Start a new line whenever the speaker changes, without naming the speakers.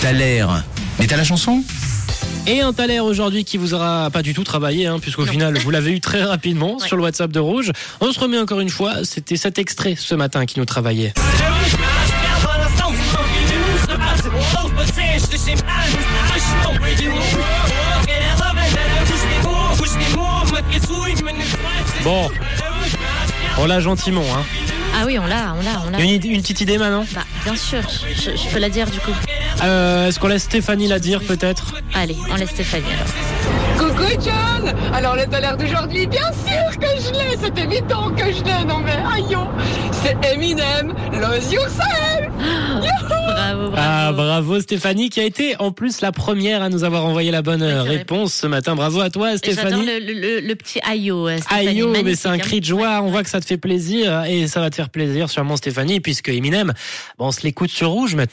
Thaler. Mais t'as la chanson
Et un Thaler aujourd'hui qui vous aura pas du tout travaillé, hein, puisqu'au
Non.
final, vous l'avez eu très rapidement
Ouais.
sur le WhatsApp de Rouge. On se remet encore une fois, c'était cet extrait ce matin qui nous travaillait. Bon. On l'a gentiment, hein.
Ah oui, on l'a, on l'a, on l'a.
Une, idée- une petite idée maintenant
Bah, bien sûr, je, je peux la dire du coup.
Euh, Est-ce qu'on laisse Stéphanie la dire peut-être
Allez, on laisse Stéphanie alors.
Coucou John Alors le salaire d'aujourd'hui, bien sûr que je l'ai C'est évident que je l'ai Non mais aïe oh. C'est Eminem, Lose Yourself
Bravo, bravo.
Ah bravo Stéphanie qui a été en plus la première à nous avoir envoyé la bonne euh,
c'est vrai.
réponse ce matin. Bravo à toi
Et J'adore
Stéphanie.
le, le- le- le petit aïe-oh, euh, Stéphanie,
Aïe, oh, mais
magnifique,
c'est un
hein.
cri de joie. On voit que ça te fait plaisir et ça va te faire plaisir sûrement Stéphanie puisque Eminem, bon, on se l'écoute sur rouge maintenant.